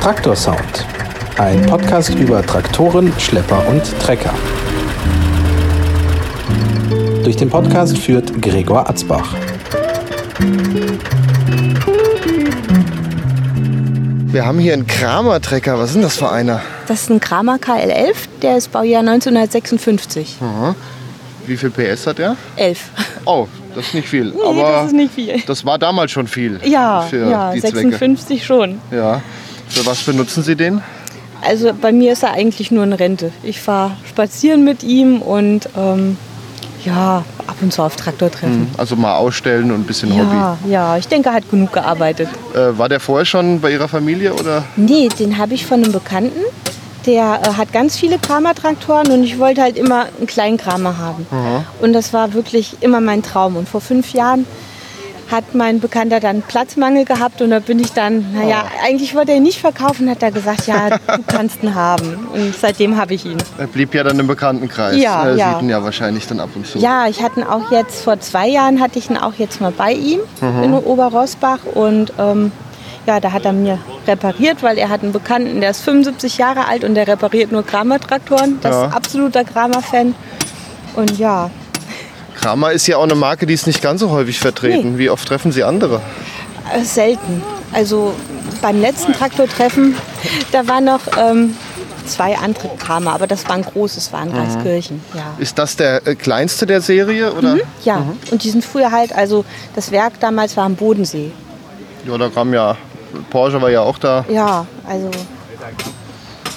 Traktorsound. Ein Podcast über Traktoren, Schlepper und Trecker. Durch den Podcast führt Gregor Atzbach. Wir haben hier einen Kramer-Trecker. Was ist denn das für einer? Das ist ein Kramer KL11, der ist Baujahr 1956. Hm. Wie viel PS hat der? 11. Oh, das ist nicht viel. Nee, aber das ist nicht viel. das war damals schon viel. Ja, für ja die 56 schon. Zwecke. Ja. Für was benutzen Sie den? Also bei mir ist er eigentlich nur eine Rente. Ich fahre spazieren mit ihm und ähm, ja, ab und zu auf Traktor treffen. Also mal ausstellen und ein bisschen Ja, ja, ich denke, er hat genug gearbeitet. Hobby. Äh, war der vorher schon bei Ihrer Familie oder? Nee, den habe ich von einem Bekannten. Der äh, hat ganz viele Kramer-Traktoren und ich wollte halt immer einen kleinen Kramer haben. Und das war wirklich immer mein Traum. Und vor fünf Jahren hat mein Bekannter dann Platzmangel gehabt und da bin ich dann, naja, eigentlich wollte er ihn nicht verkaufen, hat er gesagt, ja, du kannst ihn haben. Und seitdem habe ich ihn. Er blieb ja dann im Bekanntenkreis. Ja, ne? ja. Sieht ihn ja wahrscheinlich dann ab und zu. Ja, ich hatte ihn auch jetzt, vor zwei Jahren hatte ich ihn auch jetzt mal bei ihm in Oberrosbach und ähm, ja, da hat er mir repariert, weil er hat einen Bekannten, der ist 75 Jahre alt und der repariert nur Kramer-Traktoren. Das Ja. ist absoluter Kramer-Fan. Und ja, Kramer ist ja auch eine Marke, die ist nicht ganz so häufig vertreten. Wie oft treffen Sie andere? äh, selten. Also beim letzten Traktortreffen, da waren noch ähm, zwei andere Kramer, aber das war ein großes, war in Reiskirchen. Ja. Ist das der äh, kleinste der Serie? Oder? Ja, und die sind früher halt, also das Werk damals war am Bodensee. Ja, da kam ja. Porsche war ja auch da. Ja, also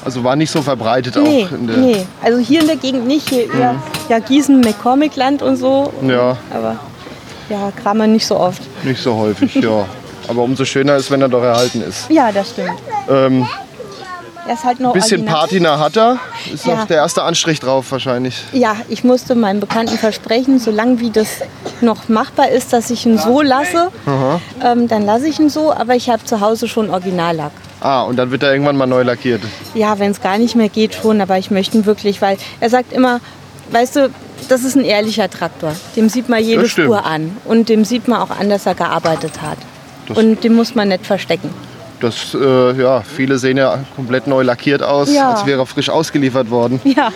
Also war nicht so verbreitet Nee, auch in der. Mhm. nee, also hier in der Gegend nicht. Hier eher ja, Gießen, McCormickland und so. Ja. Aber ja, Kramer nicht so oft. Nicht so häufig, ja. Aber umso schöner ist, wenn er doch erhalten ist. Ja, das stimmt. Ähm, Er ist halt noch bisschen original. Patina hat er. Ist Ja. noch der erste Anstrich drauf wahrscheinlich. Ja, ich musste meinem Bekannten versprechen, solange wie das noch machbar ist, dass ich ihn so lasse, ähm, dann lasse ich ihn so. Aber ich habe zu Hause schon Originallack. Ah, und dann wird er irgendwann mal neu lackiert. Ja, wenn es gar nicht mehr geht, schon. Aber ich möchte ihn wirklich, weil er sagt immer, weißt du, das ist ein ehrlicher Traktor. Dem sieht man jede Das stimmt. Spur an. Und dem sieht man auch an, dass er gearbeitet hat. Das- Und den muss man nicht verstecken. Das, äh, ja, viele sehen ja komplett neu lackiert aus, Ja. als wäre er frisch ausgeliefert worden. Ja,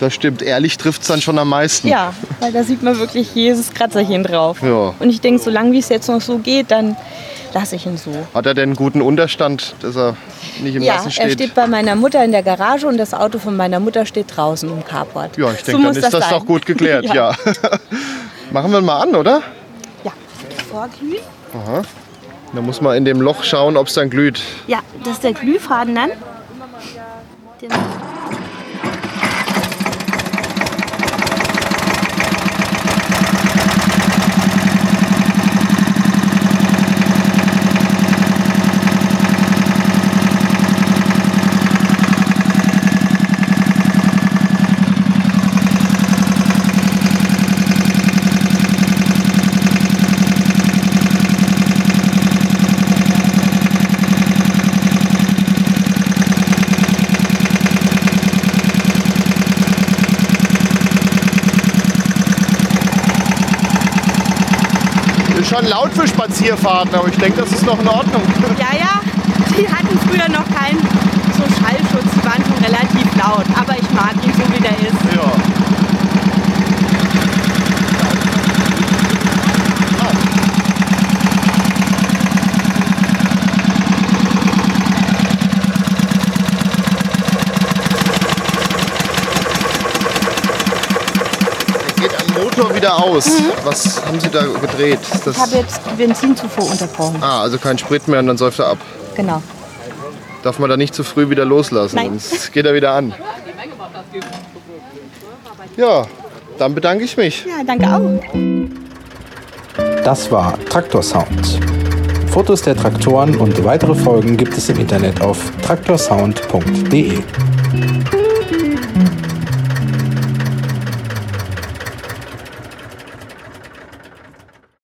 Das stimmt, ehrlich trifft es dann schon am meisten. ja, weil da sieht man wirklich jedes Kratzerchen drauf. Ja. Und ich denke, solange wie es jetzt noch so geht, dann lasse ich ihn so. Hat er denn einen guten Unterstand, dass er nicht im Ja, Nassen er steht? steht bei meiner Mutter in der Garage und das Auto von meiner Mutter steht draußen im Carport. ja, ich so denke, muss dann ist das, sein. doch gut geklärt, ja. ja. Machen wir ihn mal an, oder? Ja. Vorglühen? Da muss man in dem Loch schauen, ob es dann glüht. Ja, das ist der Glühfaden dann. Den Ist schon laut für Spazierfahrten, aber ich denke, das ist noch in Ordnung. Ja, ja, die hatten früher noch keinen so Schallschutz, die waren schon relativ laut. Aber ich mag ihn so, wie der ist. Ja. Der geht am Motor wieder aus. Was haben Sie da gedreht? Ist Das Mhm. Ich habe jetzt die Benzinzufuhr unterbrochen. ah, also kein Sprit mehr und dann säuft er ab. Genau. Darf man da nicht zu früh wieder loslassen, Nein. sonst geht er wieder an. Ja, dann bedanke ich mich. Ja, danke auch. Das war Traktorsound. Fotos der Traktoren und weitere Folgen gibt es im Internet auf traktorsound.de.